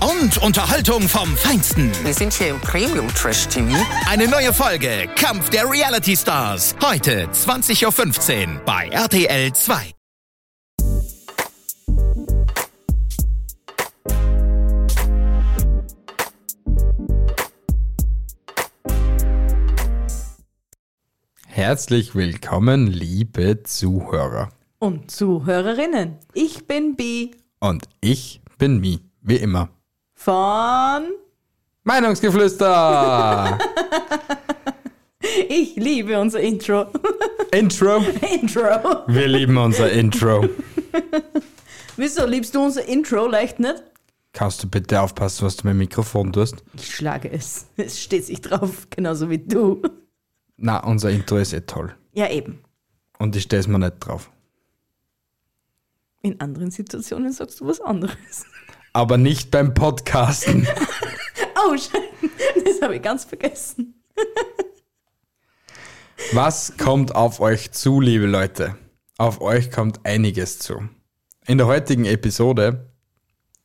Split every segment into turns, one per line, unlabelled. und Unterhaltung vom Feinsten.
Wir sind hier im Premium Trash TV.
Eine neue Folge Kampf der Reality Stars. Heute 20.15 Uhr bei RTL 2.
Herzlich willkommen, liebe Zuhörer.
Und Zuhörerinnen, ich bin Bi
Und ich bin Mi, wie immer.
von
Meinungsgeflüster!
Ich liebe unser Intro.
Intro.
Intro.
Wir lieben unser Intro.
Wieso liebst du unser Intro leicht nicht?
Kannst du bitte aufpassen, was du mit dem Mikrofon tust?
Ich schlage es. Es steht sich drauf, genauso wie du.
Na, unser Intro ist eh toll.
Ja, eben.
Und ich stelle es mir nicht drauf.
In anderen Situationen sagst du was anderes.
Aber nicht beim Podcasten.
Oh, scheiße. Das habe ich ganz vergessen.
Was kommt auf euch zu, liebe Leute? Auf euch kommt einiges zu. In der heutigen Episode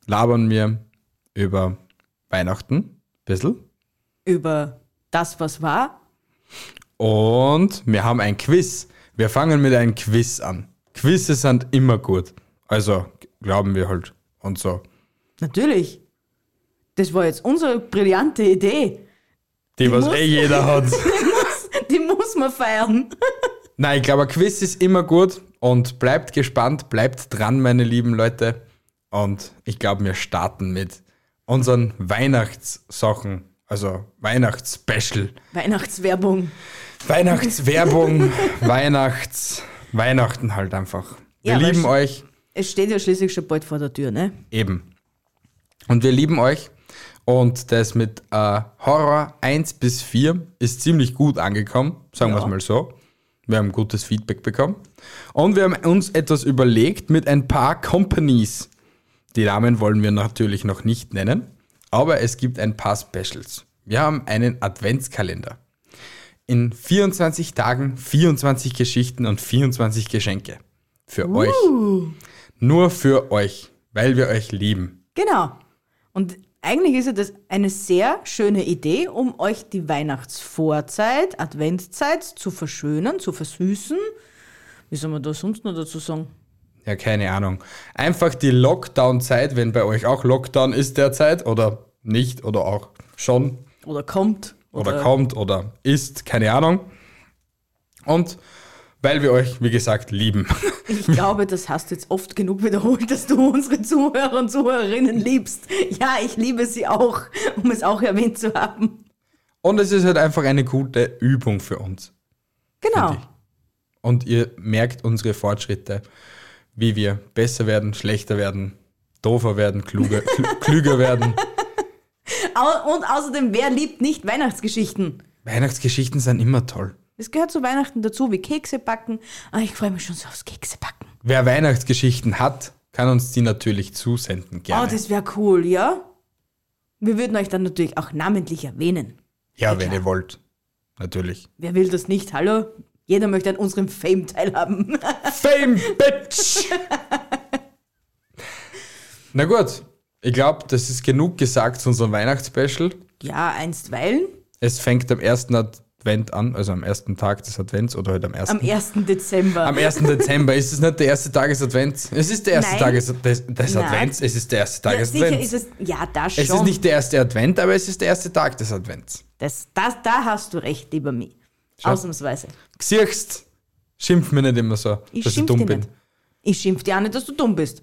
labern wir über Weihnachten ein bisschen.
Über das, was war.
Und wir haben ein Quiz. Wir fangen mit einem Quiz an. Quizze sind immer gut. Also, glauben wir halt. Und so.
Natürlich. Das war jetzt unsere brillante Idee.
Die, was
muss-
eh jeder hat.
Die muss man feiern.
Nein, ich glaube, ein Quiz ist immer gut. Und bleibt gespannt, bleibt dran, meine lieben Leute. Und ich glaube, wir starten mit unseren Weihnachtssachen. Also Weihnachtsspecial.
Weihnachtswerbung.
Weihnachtswerbung, Weihnachts, Weihnachten halt einfach. Wir
Ja, weil
lieben
sch-
euch.
Es steht ja schließlich schon bald vor der Tür, ne?
Eben. Und wir lieben euch. Und das mit äh, Horror 1 bis 4 ist ziemlich gut angekommen, sagen wir es mal so. Wir haben gutes Feedback bekommen. Und wir haben uns etwas überlegt mit ein paar Companies. Die Namen wollen wir natürlich noch nicht nennen, aber es gibt ein paar Specials. Wir haben einen Adventskalender. In 24 Tagen 24 Geschichten und 24 Geschenke. Für euch. Nur für euch, weil wir euch lieben.
Genau. Und eigentlich ist ja das eine sehr schöne Idee, um euch die Weihnachtsvorzeit, Adventszeit zu verschönern, zu versüßen. Wie soll man da sonst noch dazu sagen?
Ja, keine Ahnung. Einfach die Lockdown-Zeit, wenn bei euch auch Lockdown ist derzeit oder nicht oder auch schon
Oder kommt.
oder, kommt oder ist, keine Ahnung. Und weil wir euch, wie gesagt, lieben.
Ich glaube, das hast du jetzt oft genug wiederholt, dass du unsere Zuhörer und Zuhörerinnen liebst. Ja, ich liebe sie auch, um es auch erwähnt zu haben.
Und es ist halt einfach eine gute Übung für uns.
Genau.
Und ihr merkt unsere Fortschritte, wie wir besser werden, schlechter werden, doofer werden, kluger, klü- klüger werden.
Au und außerdem, wer liebt nicht Weihnachtsgeschichten?
Weihnachtsgeschichten sind immer toll.
Das gehört zu Weihnachten dazu, wie Kekse backen. Ah, ich freue mich schon so aufs Kekse backen.
Wer Weihnachtsgeschichten hat, kann uns die natürlich zusenden
Oh,
gerne.
das wäre cool, ja? Wir würden euch dann natürlich auch namentlich erwähnen.
ja, wenn ihr wollt. Natürlich.
Wer will das nicht? Hallo? Jeder möchte an unserem Fame teilhaben.
Fame, Bitch! Na gut, ich glaube, das ist genug gesagt zu unserem Weihnachtsspecial.
ja, einstweilen.
Es fängt am ersten Advent an, also am ersten Tag des Advents oder heute am ersten.
Am 1. Dezember.
Am 1. Dezember ist es nicht der erste Tag des Advents. Es ist der erste
Nein.
Tag des, des, des
Nein.
Advents. Es ist der erste Tag
ja,
des
sicher
Advents.
ist es. Ja, da schon.
es ist nicht der erste Advent, aber es ist der erste Tag des Advents.
das, das, da hast du recht, lieber Mi. Ausnahmsweise.
Gsiechst, schimpf mir nicht immer so,
Ich
dass ich
schimpf
dumm
dir
bin.
nicht. Ich schimpf dir auch nicht, dass du dumm bist.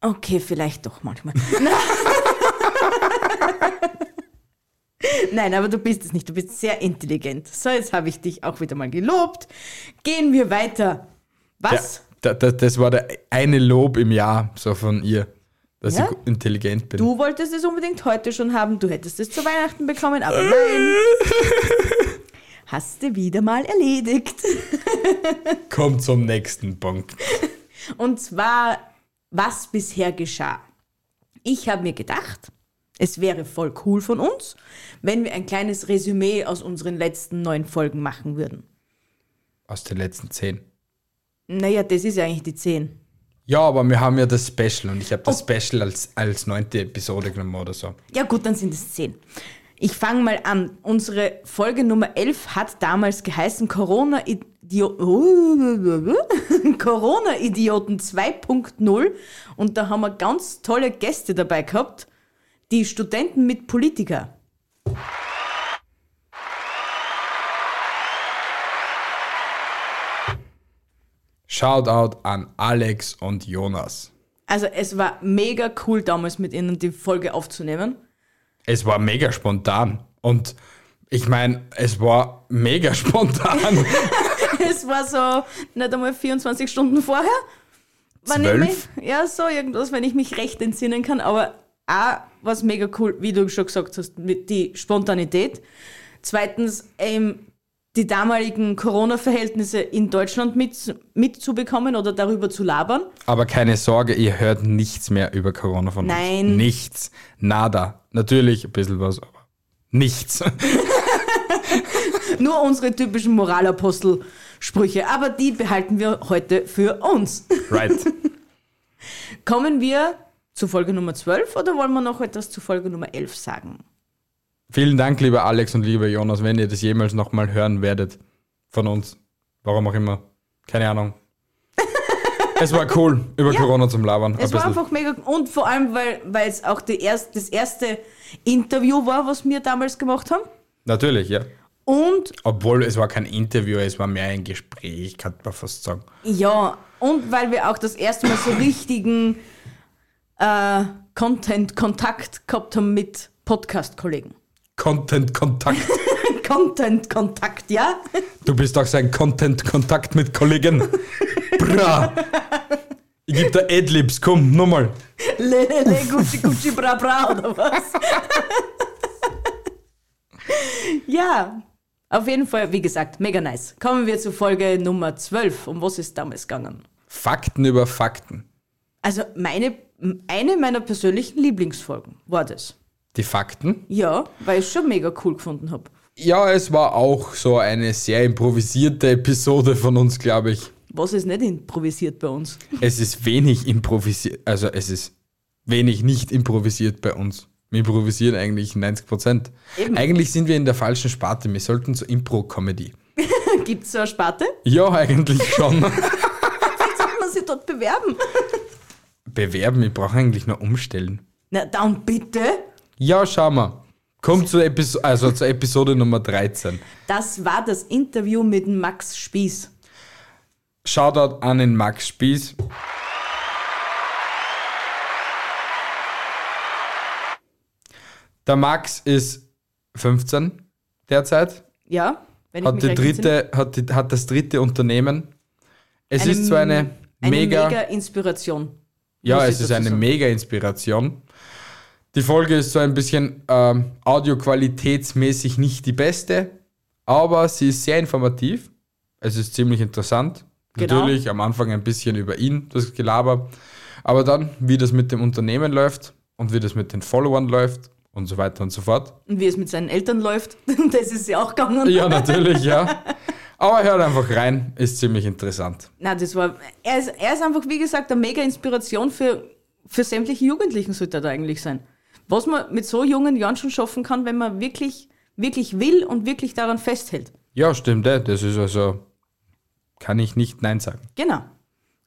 Okay, vielleicht doch manchmal. Nein, aber du bist es nicht. Du bist sehr intelligent. So, jetzt habe ich dich auch wieder mal gelobt. Gehen wir weiter.
Ja,
Was?
da, da, das war der eine Lob im Jahr, so von ihr. dass
Ja?
ich intelligent bin.
Du wolltest es unbedingt heute schon haben, du hättest es zu Weihnachten bekommen, aber nein. Hast du wieder mal erledigt.
Komm zum nächsten Punkt.
Und zwar, was bisher geschah. Ich habe mir gedacht, es wäre voll cool von uns, wenn wir ein kleines Resümee aus unseren letzten neun Folgen machen würden.
Aus den letzten zehn.
Naja, das ist ja eigentlich die zehn.
Ja, aber wir haben ja das Special und ich habe das Special als, als neunte Episode genommen oder so.
Ja gut, dann sind es zehn. Ich fange mal an. Unsere Folge Nummer 11 hat damals geheißen Corona, Idio Corona Idioten 2.0 und da haben wir ganz tolle Gäste dabei gehabt. Die Studenten mit Politiker.
Shoutout an Alex und Jonas.
Also es war mega cool damals mit ihnen die Folge aufzunehmen.
Es war mega spontan und ich meine, es war mega spontan.
Es war so nicht einmal 24 Stunden vorher. Wann ich
Zwölf?
mich- Ja, so irgendwas, wenn ich mich recht entsinnen kann. Aber auch was mega cool, wie du schon gesagt hast, mit die Spontanität. Zweitens, ähm, die damaligen Corona-Verhältnisse in Deutschland mit, mitzubekommen oder darüber zu labern.
Aber keine Sorge, ihr hört nichts mehr über Corona von uns.
Nein.
Nichts. Nada. Natürlich ein bisschen was, aber nichts.
Nur unsere typischen Moralapostel-Sprüche. Aber die behalten wir heute für uns.
right.
Kommen wir zu Folge Nummer 12 oder wollen wir noch etwas zu Folge Nummer 11 sagen?
Vielen Dank, lieber Alex und lieber Jonas, wenn ihr das jemals nochmal hören werdet. Von uns. Warum auch immer. Keine Ahnung. es war cool, über Corona zum Labern.
Es war
bisschen.
einfach mega und vor allem, weil weil es auch die erst, das erste Interview war, was wir damals gemacht haben.
Natürlich, ja.
Und
Obwohl es war kein Interview, es war mehr ein Gespräch, kann man fast sagen.
ja, und weil wir auch das erste Mal so richtigen äh, Content-Kontakt gehabt haben mit Podcast-Kollegen.
Content-Kontakt.
Content-Kontakt, ja?
Du bist auch sein Content-Kontakt mit Kollegen. Bra! Ich geb dir Adlibs, komm, nochmal.
Le, le, le, Gucci, Gucci, bra, bra, oder was? ja, auf jeden Fall, wie gesagt, mega nice. Kommen wir zu Folge Nummer 12. Um was ist damals gegangen?
Fakten über Fakten.
Also meine, eine meiner persönlichen Lieblingsfolgen war das.
Die Fakten?
Ja, weil ich es schon mega cool gefunden habe.
Ja, es war auch so eine sehr improvisierte Episode von uns, glaube ich.
Was ist nicht improvisiert bei uns?
Es ist wenig improvisiert, also es ist wenig nicht improvisiert bei uns. Wir improvisieren eigentlich 90 Prozent.
Eben.
Eigentlich sind wir in der falschen Sparte. Wir sollten zur Impro-Comedy.
Gibt es so eine Sparte?
Ja, eigentlich schon.
Kann man sich dort bewerben?
Bewerben, wir brauchen eigentlich nur umstellen.
Na dann bitte.
Ja, schau mal. Kommt zur, Episo also zur Episode Nummer 13.
Das war das Interview mit dem Max Spieß.
Shoutout an den Max Spieß. Der Max ist 15 derzeit,
Ja? Wenn
hat, die
recht entsinne.
dritte, hat, die, hat das dritte Unternehmen. Es
Eine
ist so eine,
Eine
mega,
mega, Inspiration.
ja,
muss
es
ich
ist
dazu
eine
sagen.
mega Inspiration. Die Folge ist so ein bisschen ähm, audioqualitätsmäßig nicht die beste, aber sie ist sehr informativ. Es ist ziemlich interessant.
Genau.
Natürlich am Anfang ein bisschen über ihn, das Gelaber. Aber dann, wie das mit dem Unternehmen läuft und wie das mit den Followern läuft und so weiter und so fort.
Und wie es mit seinen Eltern läuft, das ist ja auch gegangen.
Ja, natürlich, ja. Aber hört einfach rein, ist ziemlich interessant.
Na, das war. Er ist, er ist einfach, wie gesagt, eine mega Inspiration für, für sämtliche Jugendlichen, sollte er da eigentlich sein. Was man mit so jungen Jahren schon schaffen kann, wenn man wirklich, wirklich will und wirklich daran festhält.
Ja, stimmt, eh. das ist also, kann ich nicht Nein sagen.
Genau.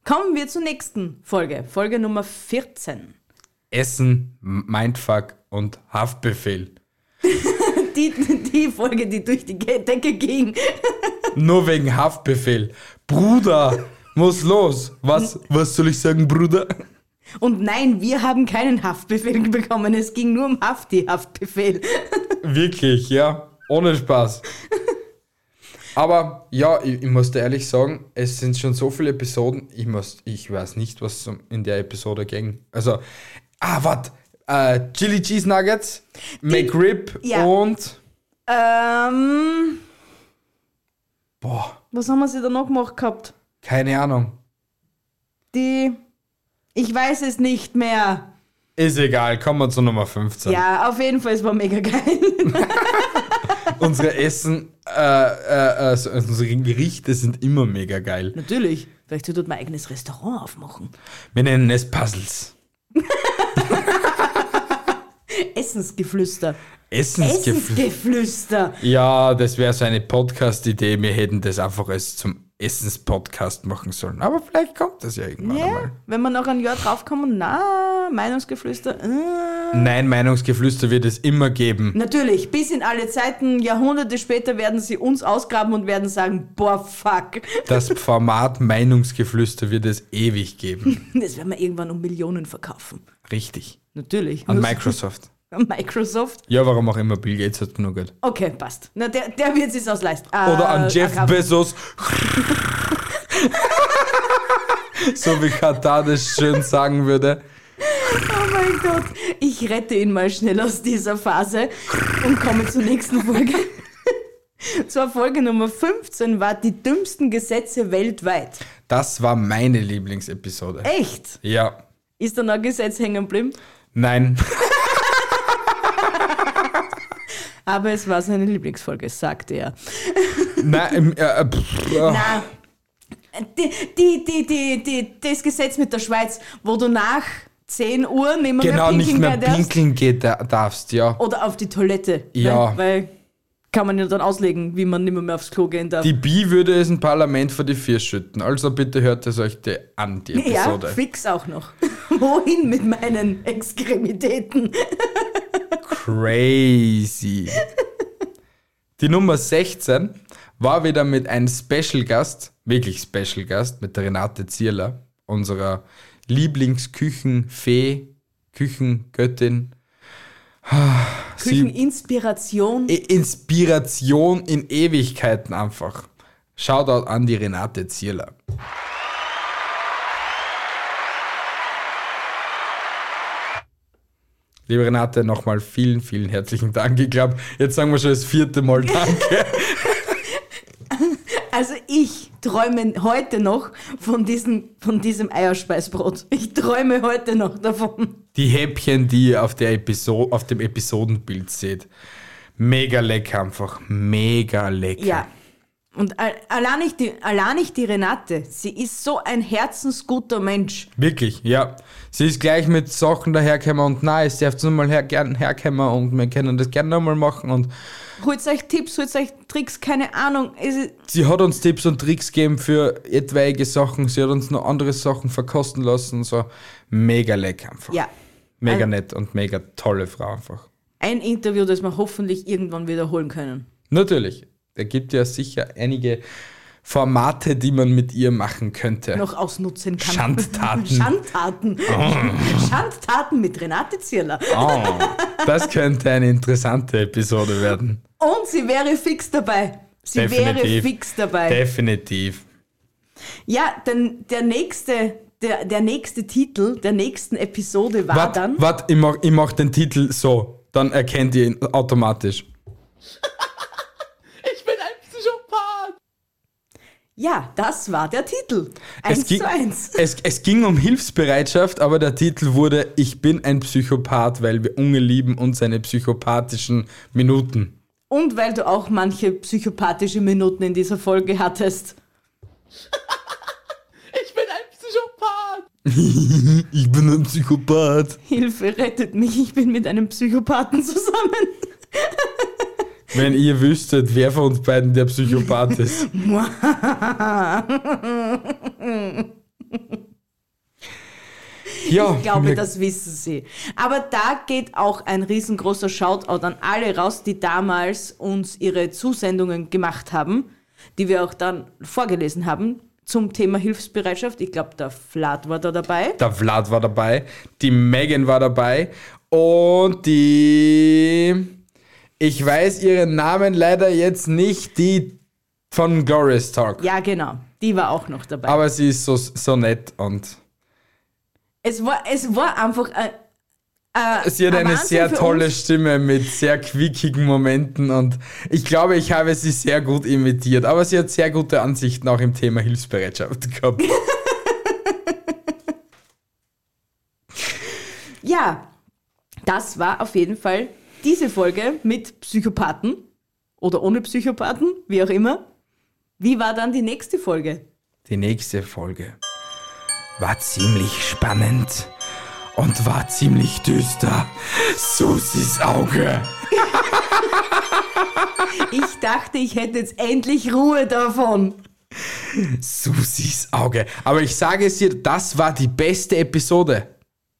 Kommen wir zur nächsten Folge, Folge Nummer 14.
Essen, Mindfuck und Haftbefehl.
Die, die Folge, die durch die Ge- Decke ging.
Nur wegen Haftbefehl. Bruder, muss los. Was, was soll ich sagen, Bruder?
Und nein, wir haben keinen Haftbefehl bekommen. Es ging nur um Hafti, Haftbefehl.
Wirklich, ja. Ohne Spaß. Aber ja, ich, ich muss dir ehrlich sagen, es sind schon so viele Episoden. Ich, muss, ich weiß nicht, was zum- in der Episode ging. Also, Ah, warte. Äh, Chili Cheese Nuggets, McRib
ja.
und.
Ähm,
Boah,
was haben wir sie da noch gemacht gehabt?
keine Ahnung.
Die. Ich weiß es nicht mehr.
Ist egal, kommen wir zu Nummer 15.
Ja, auf jeden Fall, es war mega geil.
Unsere Essen, äh, äh, äh, so- unsere Gerichte sind immer mega geil.
Natürlich. Vielleicht sollte ich mein eigenes Restaurant aufmachen.
Wir nennen es Puzzles.
Essensgeflüster.
Essensgefühl.
Essensgeflüster.
Ja, das wäre so eine Podcast-Idee. Wir hätten das einfach als zum Essens-Podcast machen sollen. Aber vielleicht kommt das ja irgendwann
Ja,
einmal.
wenn man noch ein Jahr draufkommen, na, Meinungsgeflüster. Äh.
Nein, Meinungsgeflüster wird es immer geben.
Natürlich, bis in alle Zeiten, Jahrhunderte später werden sie uns ausgraben und werden sagen, boah, fuck.
Das Format Meinungsgeflüster wird es ewig geben.
Das werden wir irgendwann um Millionen verkaufen.
Richtig.
Natürlich.
An
Nur-
Microsoft.
an Microsoft.
Ja, warum auch immer. Bill Gates hat genug Geld.
Okay, passt. Na, der, der wird es ausleisten. Äh,
Oder an Jeff
Bezos.
Bezos. so wie Katar das schön sagen würde.
Oh mein Gott. Ich rette ihn mal schnell aus dieser Phase und komme zur nächsten Folge. Zur Folge Nummer 15 war die dümmsten Gesetze weltweit.
Das war meine Lieblingsepisode.
Echt?
Ja.
Ist da noch ein Gesetz hängen geblieben?
Nein.
Aber es war seine Lieblingsfolge, sagte er.
Nein. im- Äh, äh, pff, äh.
Na, die, die, die, die, die, das Gesetz mit der Schweiz, wo du nach 10 Uhr nicht mehr,
Genau,
pinkeln
nicht mehr
gehen darfst.
pinkeln geht, da- darfst, ja.
Oder auf die Toilette.
Ja.
Ne? Weil kann man ja dann auslegen, wie man nicht mehr, mehr aufs Klo gehen darf.
Die Bi würde es im Parlament vor die vier schütten. Also bitte hört es euch die an, die
ja,
Episode.
fix auch noch. Wohin mit meinen Extremitäten?
Crazy. Die Nummer 16 war wieder mit einem Special Gast, wirklich Special Gast, mit der Renate Zierler, unserer Lieblingsküchenfee, Küchengöttin. Sie- E-
Kücheninspiration.
I- Inspiration in Ewigkeiten einfach. Shoutout an die Renate Zierler. Liebe Renate, nochmal vielen, vielen herzlichen Dank. Ich glaube, jetzt sagen wir schon das vierte Mal Danke.
Also ich träume heute noch von, diesen, von diesem Eierspeisbrot. Ich träume heute noch davon.
Die Häppchen, die ihr auf, der Episo auf dem Episodenbild seht. Mega lecker einfach. Mega lecker.
Ja. Und al- allein nicht, die, allein nicht die Renate. Sie ist so ein herzensguter Mensch.
Wirklich, ja. Sie ist gleich mit Sachen dahergekommen und na, es dürft nur mal her, gern herkommen und wir können das gerne nochmal machen. Und
Holt euch Tipps, holt euch Tricks, keine Ahnung. Es ist,
sie hat uns Tipps und Tricks gegeben für etwaige Sachen. Sie hat uns noch andere Sachen verkosten lassen. und So mega lecker einfach.
ja.
Mega
Also-
nett und mega tolle Frau einfach.
Ein Interview, das wir hoffentlich irgendwann wiederholen können.
Natürlich, da gibt ja sicher einige Formate, die man mit ihr machen könnte.
noch ausnutzen kann.
Schandtaten.
Schandtaten. Schandtaten mit Renate Zierler.
Oh, das könnte eine interessante Episode werden.
Und sie wäre fix dabei. Sie wäre
Definitiv.
fix dabei.
Definitiv.
ja, dann der nächste, der, der nächste Titel der nächsten Episode war
Wart,
dann.
wart, ich mach, ich mach den Titel so, dann erkennt ihr ihn automatisch.
Ja, das war der Titel. Eins
ging,
zu eins.
Es, es ging um Hilfsbereitschaft, aber der Titel wurde Ich bin ein Psychopath, weil wir Unge lieben und seine psychopathischen Minuten.
Und weil du auch manche psychopathische Minuten in dieser Folge hattest.
Ich bin ein Psychopath.
Hilfe, rettet mich, ich bin mit einem Psychopathen zusammen.
Wenn ihr wüsstet, wer von uns beiden der Psychopath ist. ja,
Ich glaube,
wir-
das wissen sie. Aber da geht auch ein riesengroßer Shoutout an alle raus, die damals uns ihre Zusendungen gemacht haben, die wir auch dann vorgelesen haben zum Thema Hilfsbereitschaft. Ich glaube, der Vlad war da dabei.
der Vlad war dabei, die Megan war dabei und die. Ich weiß ihren Namen leider jetzt nicht, die von Glorious Talk.
Ja, genau. Die war auch noch dabei.
Aber sie ist so, so nett und
es, war, es war einfach äh, ein,
Sie hat
ein
eine
Ah, Wahnsinn
sehr
für
tolle
uns.
Stimme mit sehr quickigen Momenten und ich glaube, ich habe sie sehr gut imitiert, aber sie hat sehr gute Ansichten auch im Thema Hilfsbereitschaft gehabt.
Ja, das war auf jeden Fall diese Folge mit Psychopathen oder ohne Psychopathen, wie auch immer. Wie war dann die nächste Folge?
Die nächste Folge war ziemlich spannend und war ziemlich düster. Susis Auge.
Ich dachte, ich hätte jetzt endlich Ruhe davon.
Susis Auge. Aber ich sage es dir, das war die beste Episode.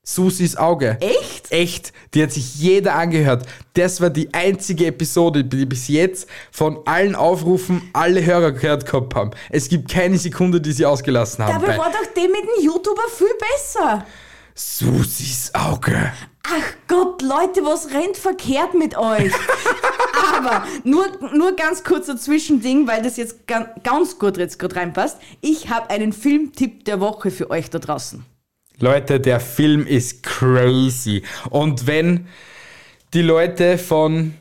Susis Auge.
Echt?
Echt. Die hat sich jeder angehört. Das war die einzige Episode, die bis jetzt von allen Aufrufen alle Hörer gehört gehabt haben. Es gibt keine Sekunde, die sie ausgelassen haben.
Dabei
Bei
war doch dem mit dem YouTuber viel besser.
Susis Auge.
Ach Gott, Leute, was rennt verkehrt mit euch? Aber nur, nur ganz kurz dazwischen Ding, weil das jetzt ga- ganz gut jetzt gerade reinpasst. Ich habe einen Filmtipp der Woche für euch da draußen.
Leute, der Film ist crazy. Und wenn die Leute von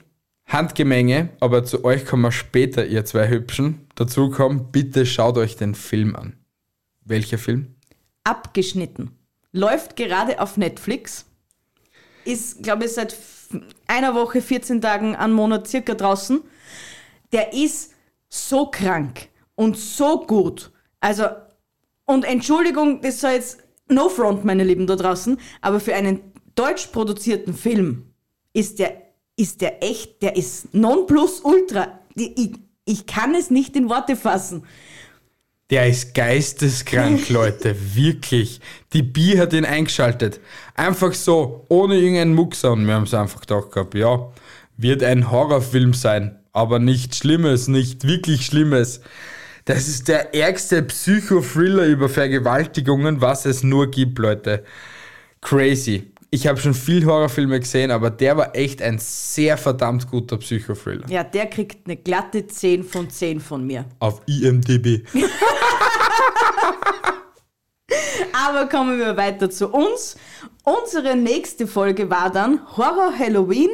Handgemenge, aber zu euch kommen wir später, ihr zwei Hübschen, dazukommen, bitte schaut euch den Film an. Welcher Film?
Abgeschnitten. Läuft gerade auf Netflix. Ist, glaube ich, seit f- einer Woche, 14 Tagen, einem Monat circa draußen. Der ist so krank und so gut. Also, und Entschuldigung, das soll jetzt no front, meine Lieben da draußen, aber für einen deutsch produzierten Film ist der, ist der echt, der ist non plus ultra. Die- Ich, ich kann es nicht in Worte fassen.
Der ist geisteskrank, Leute, wirklich. Die Bi hat ihn eingeschaltet. Einfach so, ohne irgendeinen Muckser. Und wir haben es einfach gedacht gehabt, ja, wird ein Horrorfilm sein, aber nichts Schlimmes, nicht wirklich Schlimmes. Das ist der ärgste Psychothriller über Vergewaltigungen, was es nur gibt, Leute. Crazy. Ich habe schon viel Horrorfilme gesehen, aber der war echt ein sehr verdammt guter Psychothriller.
Ja, der kriegt eine glatte 10 von 10 von mir.
Auf IMDb.
Aber kommen wir weiter zu uns. Unsere nächste Folge war dann Horror Halloween.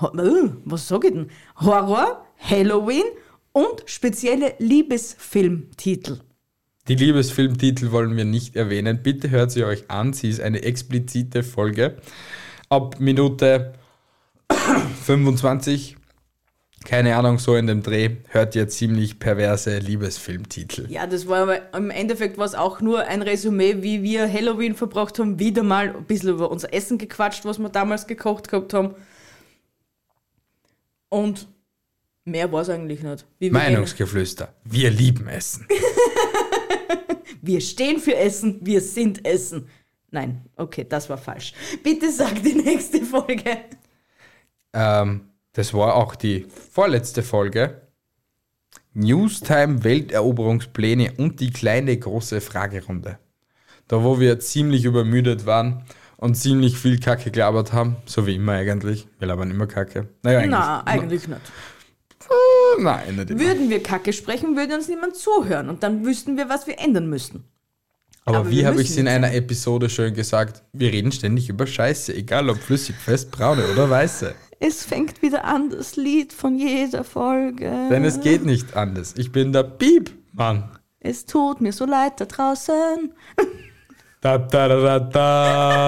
Ho- äh, Was sag ich denn? Horror, Halloween und spezielle Liebesfilmtitel.
Die Liebesfilmtitel wollen wir nicht erwähnen. Bitte hört sie euch an. Sie ist eine explizite Folge. Ab Minute 25, keine Ahnung, so in dem Dreh, hört ihr ziemlich perverse Liebesfilmtitel.
Ja, das war aber im Endeffekt war es auch nur ein Resümee, wie wir Halloween verbracht haben. Wieder mal ein bisschen über unser Essen gequatscht, was wir damals gekocht gehabt haben. Und mehr war es eigentlich nicht. Wie wir
Meinungsgeflüster. Wir lieben Essen.
Wir stehen für Essen, wir sind Essen. Nein, okay, das war falsch. Bitte sag die nächste Folge.
Ähm, das war auch die vorletzte Folge. Newstime Welteroberungspläne und die kleine große Fragerunde. Da wo wir ziemlich übermüdet waren und ziemlich viel Kacke gelabert haben, so wie immer eigentlich. Wir labern immer Kacke. Naja, eigentlich.
Na, eigentlich nicht.
Nein, nicht immer.
Würden wir Kacke sprechen, würde uns niemand zuhören und dann wüssten wir, was wir ändern müssten.
Aber,
aber
wie
wir
habe ich
müssen
es in
nicht
einer Episode schön gesagt? Wir reden ständig über Scheiße, egal ob flüssig, fest, braune oder weiße.
Es fängt wieder an, das Lied von jeder Folge.
Denn es geht nicht anders. Ich bin der Piep, Mann.
Es tut mir so leid da draußen.
Da, da, da, da,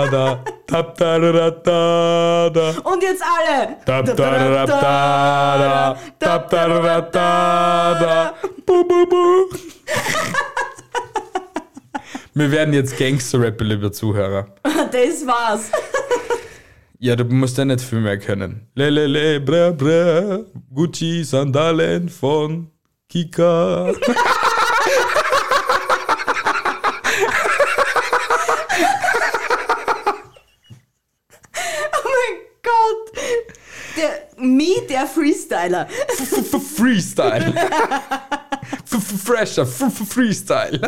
da, da, da, da, da, da.
Und jetzt alle.
Da, da, da, da, da, da, da, da, da, da. Bu, bu, bu. Wir werden jetzt Gangster-Rapper, lieber Zuhörer.
Das war's.
Ja, du musst ja nicht viel mehr können. Le, le, le, bra, bra, Gucci, Sandalen von Kika.
Oh mein Gott. Der, me, der Freestyler.
F- f- Freestyle. F- f- Fresher, f- f- Freestyle.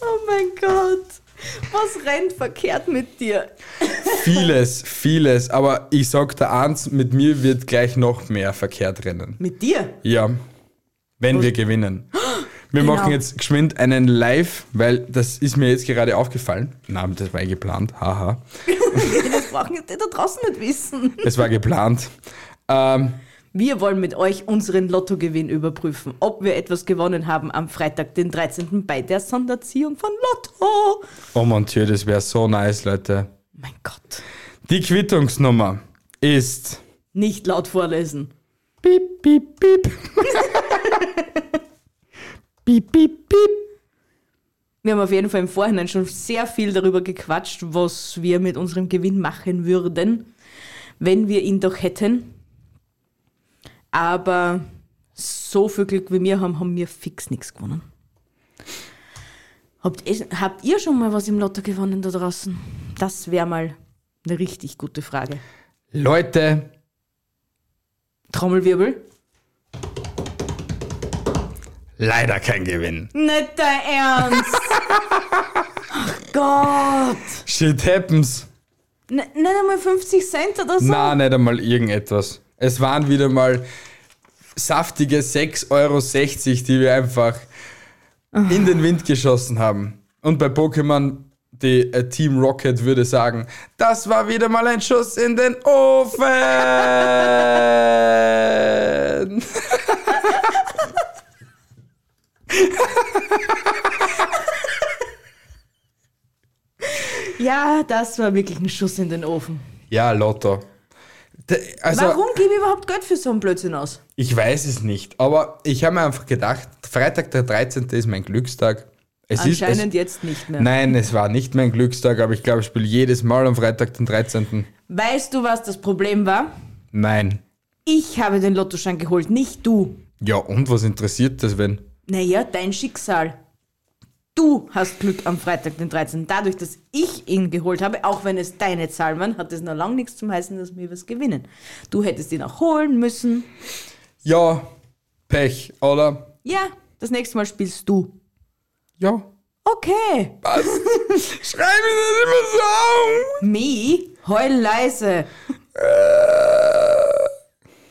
Oh mein Gott. Was rennt verkehrt mit dir?
Vieles, vieles. Aber ich sag dir eins, mit mir wird gleich noch mehr verkehrt rennen.
Mit dir?
Ja, wenn wir gewinnen. Wir
Genau.
machen jetzt geschwind einen Live, weil das ist mir jetzt gerade aufgefallen. Nein, das war eh geplant. Haha.
Das brauchen die da draußen nicht wissen.
Es war geplant. Ähm,
Wir wollen mit euch unseren Lottogewinn überprüfen, ob wir etwas gewonnen haben am Freitag, den 13. bei der Sonderziehung von Lotto.
oh mon Dieu, das wäre so nice, Leute.
Mein Gott.
Die Quittungsnummer ist.
Nicht laut vorlesen.
Piep, piep, piep. piep, piep, piep.
Wir haben auf jeden Fall im Vorhinein schon sehr viel darüber gequatscht, was wir mit unserem Gewinn machen würden, wenn wir ihn doch hätten. Aber so viel Glück wie wir haben, haben wir fix nichts gewonnen. Habt, ihr- habt ihr schon mal was im Lotto gewonnen da draußen? Das wäre mal eine richtig gute Frage.
Leute,
Trommelwirbel?
leider kein Gewinn.
Nicht dein Ernst! Ach Gott!
Shit happens.
N nicht einmal 50 Cent oder so?
Na, nicht einmal irgendetwas. Es waren wieder mal saftige 6,60 Euro, die wir einfach in den Wind geschossen haben. Und bei Pokémon, die äh, Team Rocket würde sagen, das war wieder mal ein Schuss in den Ofen.
Ja, das war wirklich ein Schuss in den Ofen.
ja, Lotto. D- Also,
Warum gebe ich überhaupt Geld für so einen Blödsinn aus?
Ich weiß es nicht, aber ich habe mir einfach gedacht, Freitag der 13. ist mein Glückstag. Es
Anscheinend
ist, es,
jetzt nicht mehr.
also Nein, es war nicht mein Glückstag, aber ich glaube, ich spiele jedes Mal am Freitag den 13.
Weißt du, was das Problem war?
Nein.
Ich habe den Lottoschein geholt, nicht du.
Ja, und was interessiert das, wenn?
Naja, dein Schicksal. Du hast Glück am Freitag, den 13. Dadurch, dass ich ihn geholt habe, auch wenn es deine Zahlen waren, hat es noch lange nichts zum heißen, dass wir was gewinnen. Du hättest ihn auch holen müssen.
Ja, Pech, oder?
Ja, das nächste Mal spielst du.
Ja.
Okay.
Was? Schreib mir
Me, heul leise.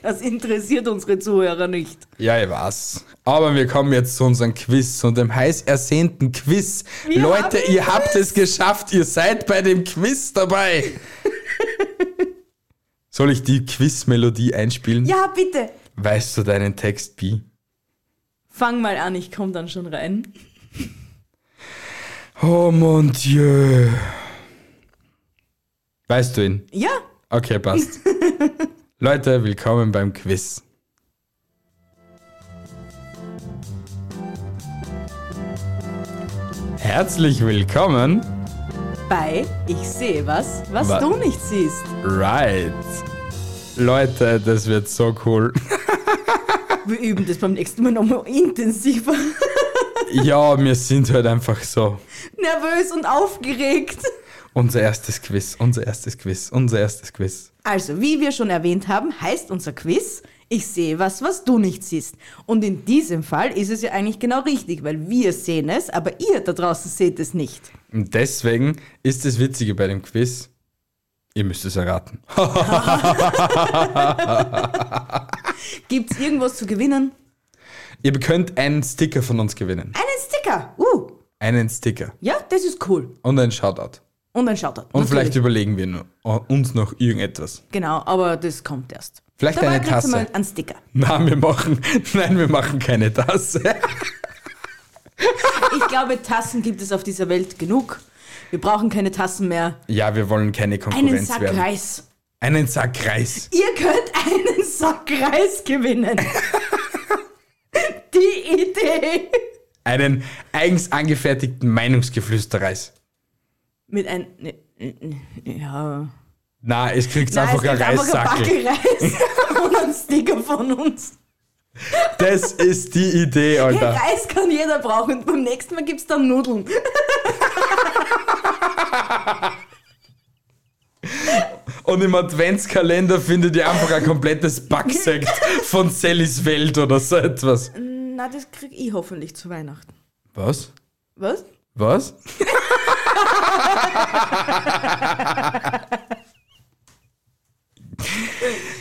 Das interessiert unsere Zuhörer nicht.
das immer so an! Ja, ich weiß. Aber wir kommen jetzt zu unserem Quiz, zu dem heiß ersehnten Quiz.
Wir
Leute,
haben
ihr habt es geschafft, ihr seid bei dem Quiz dabei. Soll ich die Quiz-Melodie einspielen?
Ja, bitte.
Weißt du deinen Text, Bi?
Fang mal an, ich komm dann schon rein.
Oh mon Dieu. Weißt du ihn?
Ja,
Okay, passt. Leute, willkommen beim Quiz. Herzlich willkommen.
bei Ich sehe was, was
Wa-
du nicht siehst.
Right. Leute, das wird so cool.
Wir üben das beim nächsten Mal nochmal intensiver.
ja, wir sind halt einfach so.
Nervös und aufgeregt.
Unser erstes Quiz, unser erstes Quiz, unser erstes Quiz.
Also, wie wir schon erwähnt haben, heißt unser Quiz Ich sehe was, was du nicht siehst. Und in diesem Fall ist es ja eigentlich genau richtig, weil wir sehen es, aber ihr da draußen seht es nicht.
Und deswegen ist das Witzige bei dem Quiz, ihr müsst es erraten.
Gibt's irgendwas zu gewinnen?
Ihr könnt einen Sticker von uns gewinnen.
Einen Sticker! Uh,
Einen Sticker.
ja, das ist cool.
Und ein Shoutout.
Und ein Shoutout.
Und vielleicht überlegen wir nu- uns noch irgendetwas.
Genau, aber das kommt erst.
Vielleicht
Dabei
eine
kriegst du
Tasse.
mal einen Sticker.
Nein, wir machen, nein, wir machen keine Tasse.
Ich glaube, Tassen gibt es auf dieser Welt genug. Wir brauchen keine Tassen mehr.
Ja, wir wollen keine
Einen
Konkurrenz
Sack
werden.
Reis.
Einen Sack Reis.
Ihr könnt einen Sack Reis gewinnen. Die Idee.
Einen eigens angefertigten Meinungsgeflüsterreis.
Mit einem. Ja.
Na, es kriegt
Nein,
einfach
es
ein
gibt einfach
Reissackel.
einen Backelreis und einen Sticker von uns.
Das ist die Idee,
Hey,
Alter.
Reis kann jeder brauchen. Und beim nächsten Mal gibt's dann Nudeln.
Und im Adventskalender findet ihr einfach ein komplettes Backsekt von Sallys Welt oder so etwas.
Na, das krieg ich hoffentlich zu Weihnachten.
Was?
Was?
Was?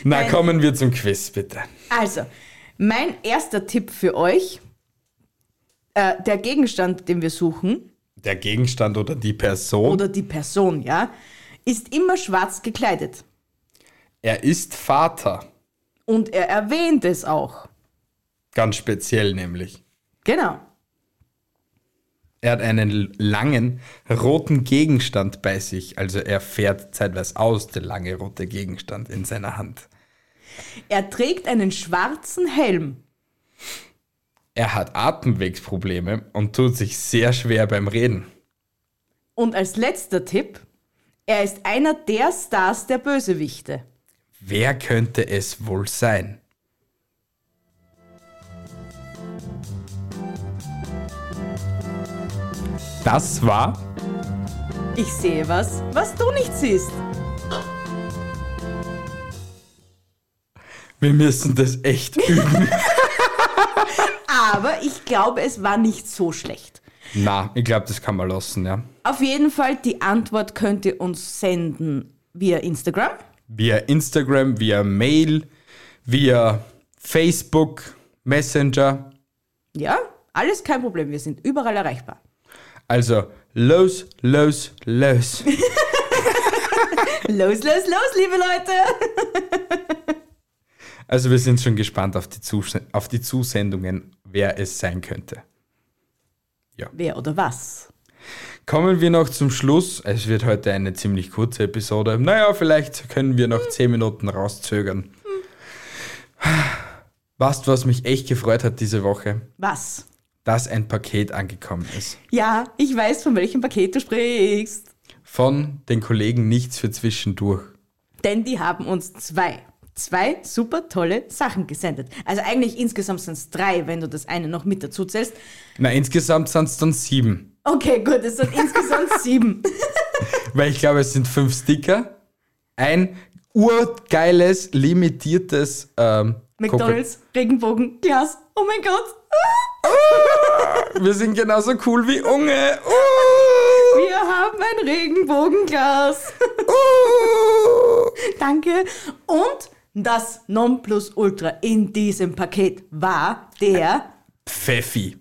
Na, kommen wir zum Quiz, bitte.
Also, mein erster Tipp für euch äh, der Gegenstand, den wir suchen,
Der Gegenstand oder die Person.
oder die Person, ja, ist immer schwarz gekleidet.
er ist Vater.
Und er erwähnt es auch.
Ganz speziell nämlich.
Genau.
Er hat einen langen roten Gegenstand bei sich. Also er fährt zeitweise aus, der lange rote Gegenstand in seiner Hand.
Er trägt einen schwarzen Helm.
Er hat Atemwegsprobleme und tut sich sehr schwer beim Reden.
Und als letzter Tipp, er ist einer der Stars der Bösewichte.
Wer könnte es wohl sein? Das war
Ich sehe was, was du nicht siehst.
Wir müssen das echt üben.
Aber ich glaube, es war nicht so schlecht.
Na, ich glaube, das kann man lassen, ja.
Auf jeden Fall, die Antwort könnt ihr uns senden via Instagram.
Via Instagram, via Mail, via Facebook, Messenger.
Ja, alles kein Problem, wir sind überall erreichbar.
Also los, los, los.
Los, los, los, liebe Leute!
Also wir sind schon gespannt auf die, Zus auf die Zusendungen, wer es sein könnte.
Wer oder was?
Kommen wir noch zum Schluss. Es wird heute eine ziemlich kurze Episode. Naja, vielleicht können wir noch 10 Minuten rauszögern. Was, was mich echt gefreut hat diese Woche,
Was?
dass ein Paket angekommen ist.
Ja, ich weiß, von welchem Paket du sprichst.
Von den Kollegen Nichts für Zwischendurch.
Denn die haben uns zwei, zwei super tolle Sachen gesendet. Also eigentlich insgesamt sind es drei, wenn du das eine noch mit dazu zählst.
Na, insgesamt sind es dann sieben.
Okay, gut, es sind insgesamt sieben.
Weil ich glaube, es sind fünf Sticker, ein urgeiles, limitiertes ähm,
McDonalds, Regenbogen, Glas. Oh mein Gott,
Coca- Ah! Wir sind genauso cool wie Unge. Uh,
wir haben ein Regenbogenglas.
uh.
Danke. Und das Nonplusultra in diesem Paket war der. oh,
Pfeffi.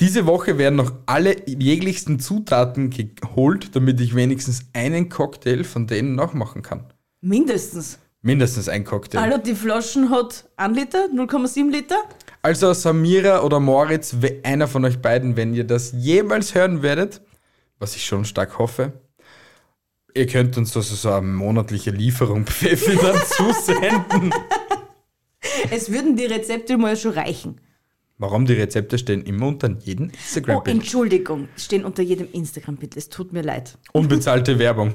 Diese Woche werden noch alle jeglichsten Zutaten geholt, damit ich wenigstens einen Cocktail von denen noch machen kann.
Mindestens.
Mindestens ein Cocktail.
Hallo, die Flaschen hat 1 Liter, 0,7 Liter.
Also Samira oder Moritz, we- einer von euch beiden, wenn ihr das jemals hören werdet, was ich schon stark hoffe, ihr könnt uns also so eine monatliche Lieferung Pfeffi dann zusenden.
Es würden die Rezepte mal schon reichen.
Warum die Rezepte stehen immer unter jedem
Oh,
Instagram-Bild?
Entschuldigung, stehen unter jedem Instagram-Bild. Es tut mir leid.
Unbezahlte Werbung.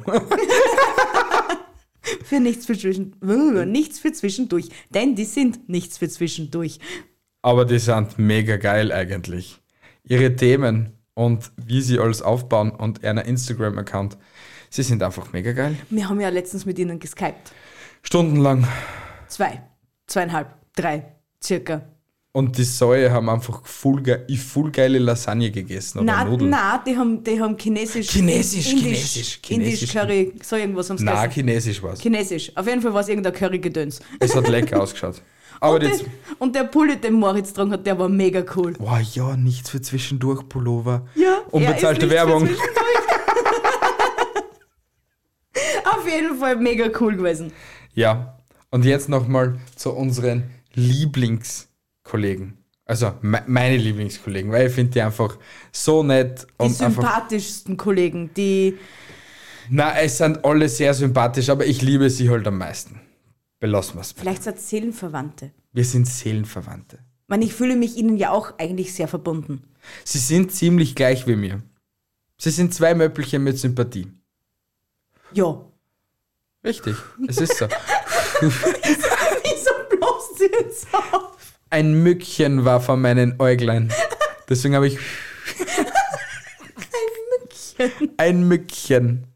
Für nichts für, zwischen, nichts für zwischendurch. Denn die sind nichts für zwischendurch.
Aber die sind mega geil eigentlich. Ihre Themen und wie sie alles aufbauen und einer Instagram-Account, sie sind einfach mega geil.
Wir haben ja letztens mit ihnen geskypt.
Stundenlang.
Zwei, zweieinhalb, drei, circa.
Und die Säue haben einfach voll, ge ich voll geile Lasagne gegessen oder
Na,
Nudeln.
na, die haben, die haben chinesisch.
Chinesisch,
indisch,
chinesisch, chinesisch.
Indisch, Curry, so irgendwas haben sie
Na,
gegessen.
chinesisch war's.
Chinesisch. Auf jeden Fall war es irgendein Curry-Gedöns.
es hat lecker ausgeschaut. Aber
Und,
jetzt,
der- und der Pulli, den Moritz getragen hat, der war mega cool.
boah, ja, nichts für zwischendurch Pullover.
Ja, er ist
Unbezahlte
nichts
Werbung.
für zwischendurch. Auf jeden Fall mega cool gewesen.
Ja. Und jetzt nochmal zu unseren Lieblingskollegen. Also me meine Lieblingskollegen, weil ich finde die einfach so nett
Die
und einfach
sympathischsten Kollegen, die.
Na, es sind alle sehr sympathisch, aber ich liebe sie halt am meisten. Belassen wir's.
Vielleicht sind es Seelenverwandte.
Wir sind Seelenverwandte.
Ich meine, ich fühle mich ihnen ja auch eigentlich sehr verbunden.
Sie sind ziemlich gleich wie mir. Sie sind zwei Möppelchen mit Sympathie.
Ja.
Richtig, es ist so.
Wieso bloß sie jetzt auf?
Ein Mückchen war vor meinen Äuglein. Deswegen habe ich ein Mückchen.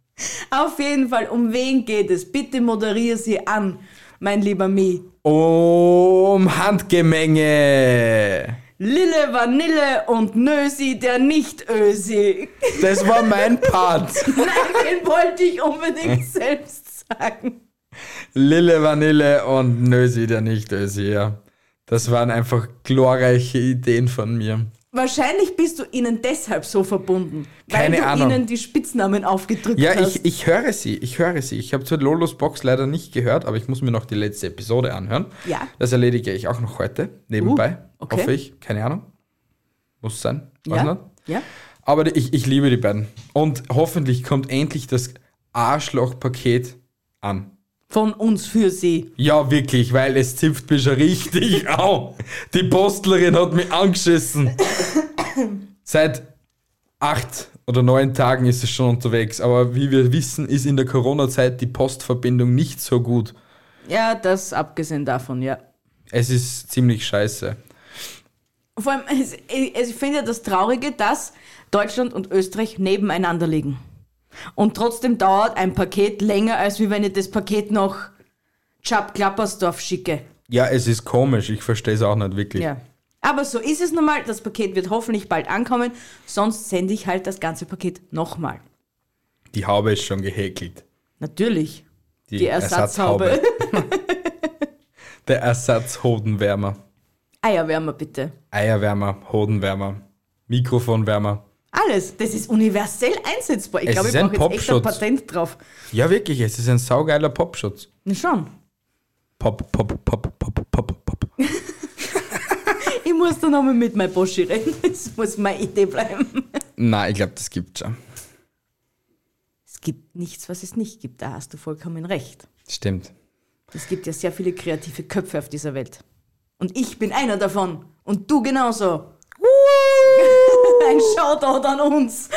Auf jeden Fall, um wen geht es? Bitte moderiere sie an, mein lieber Mi.
Um Handgemenge.
Lille Vanille und Nösi, der Nicht-Ösi.
Das war mein Part.
Nein, den wollte ich unbedingt selbst sagen.
Lille Vanille und Nösi, der nicht Ösi, ja. Das waren einfach glorreiche Ideen von mir.
Wahrscheinlich bist du ihnen deshalb so verbunden,
Keine
weil du
Ahnung.
ihnen die Spitznamen aufgedrückt
Ja,
hast.
ich, ich höre sie, ich höre sie. Ich habe zwar Lolos Box leider nicht gehört, aber ich muss mir noch die letzte Episode anhören.
Ja.
Das erledige ich auch noch heute, nebenbei.
Uh, okay.
Hoffe ich, keine Ahnung. Muss sein, weiß
ja?
nicht.
ja?
Aber die- ich, ich liebe die beiden. Und hoffentlich kommt endlich das Arschloch-Paket an.
Von uns für sie.
Ja, wirklich, weil es zipft mich schon richtig auf. Die Postlerin hat mich angeschissen. Seit acht oder neun Tagen ist es schon unterwegs. Aber wie wir wissen, ist in der Corona-Zeit die Postverbindung nicht so gut.
Ja, das abgesehen davon, ja.
Es ist ziemlich scheiße.
Vor allem, es, es, ich finde das Traurige, dass Deutschland und Österreich nebeneinander liegen. Und trotzdem dauert ein Paket länger, als wie wenn ich das Paket nach Chab-Klappersdorf schicke.
Ja, es ist komisch. Ich verstehe es auch nicht wirklich.
Ja. Aber so ist es nun mal. Das Paket wird hoffentlich bald ankommen. Sonst sende ich halt das ganze Paket nochmal.
Die Haube ist schon gehäkelt.
Natürlich. Die Ersatzhaube.
der Ersatzhodenwärmer.
Eierwärmer bitte.
Eierwärmer, Hodenwärmer, Mikrofonwärmer.
Alles. Das ist universell einsetzbar. Ich
Es
glaube, ich
ist ein
brauche jetzt echt ein
Popschutz.
Patent drauf.
Ja, wirklich, es ist ein saugeiler Popschutz.
Na schon.
Pop, pop, pop, pop, pop, pop.
Ich muss da nochmal mit meinem Boschi reden. Das muss meine Idee bleiben.
Nein, ich glaube, das gibt's schon.
Es gibt nichts, was es nicht gibt. Da hast du vollkommen recht.
Stimmt.
Es gibt ja sehr viele kreative Köpfe auf dieser Welt. Und ich bin einer davon. Und du genauso. Ein Shoutout an uns.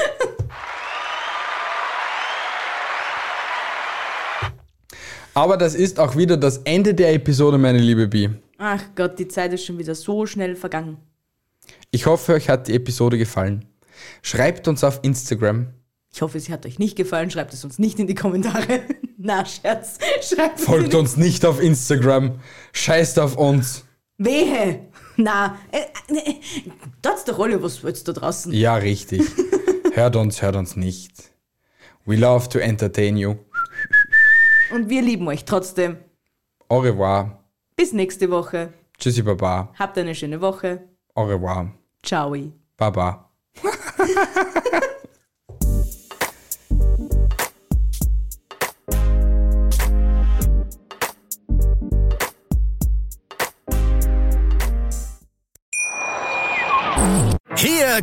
Aber das ist auch wieder das Ende der Episode, meine liebe Bi.
Ach Gott, die Zeit ist schon wieder so schnell vergangen.
Ich hoffe, euch hat die Episode gefallen. Schreibt uns auf Instagram.
Ich hoffe, es hat euch nicht gefallen. Schreibt es uns nicht in die Kommentare. Na, Scherz. Schreibt es in
Folgt
die-
uns nicht auf Instagram. Scheißt auf uns.
Wehe. Na, äh, äh, das ist doch alle, was willst du da draußen?
Ja, richtig. hört uns, hört uns nicht. We love to entertain you.
Und wir lieben euch trotzdem.
Au revoir.
Bis nächste Woche.
Tschüssi, Baba.
Habt eine schöne Woche.
Au revoir.
Ciao.
Baba.
Hier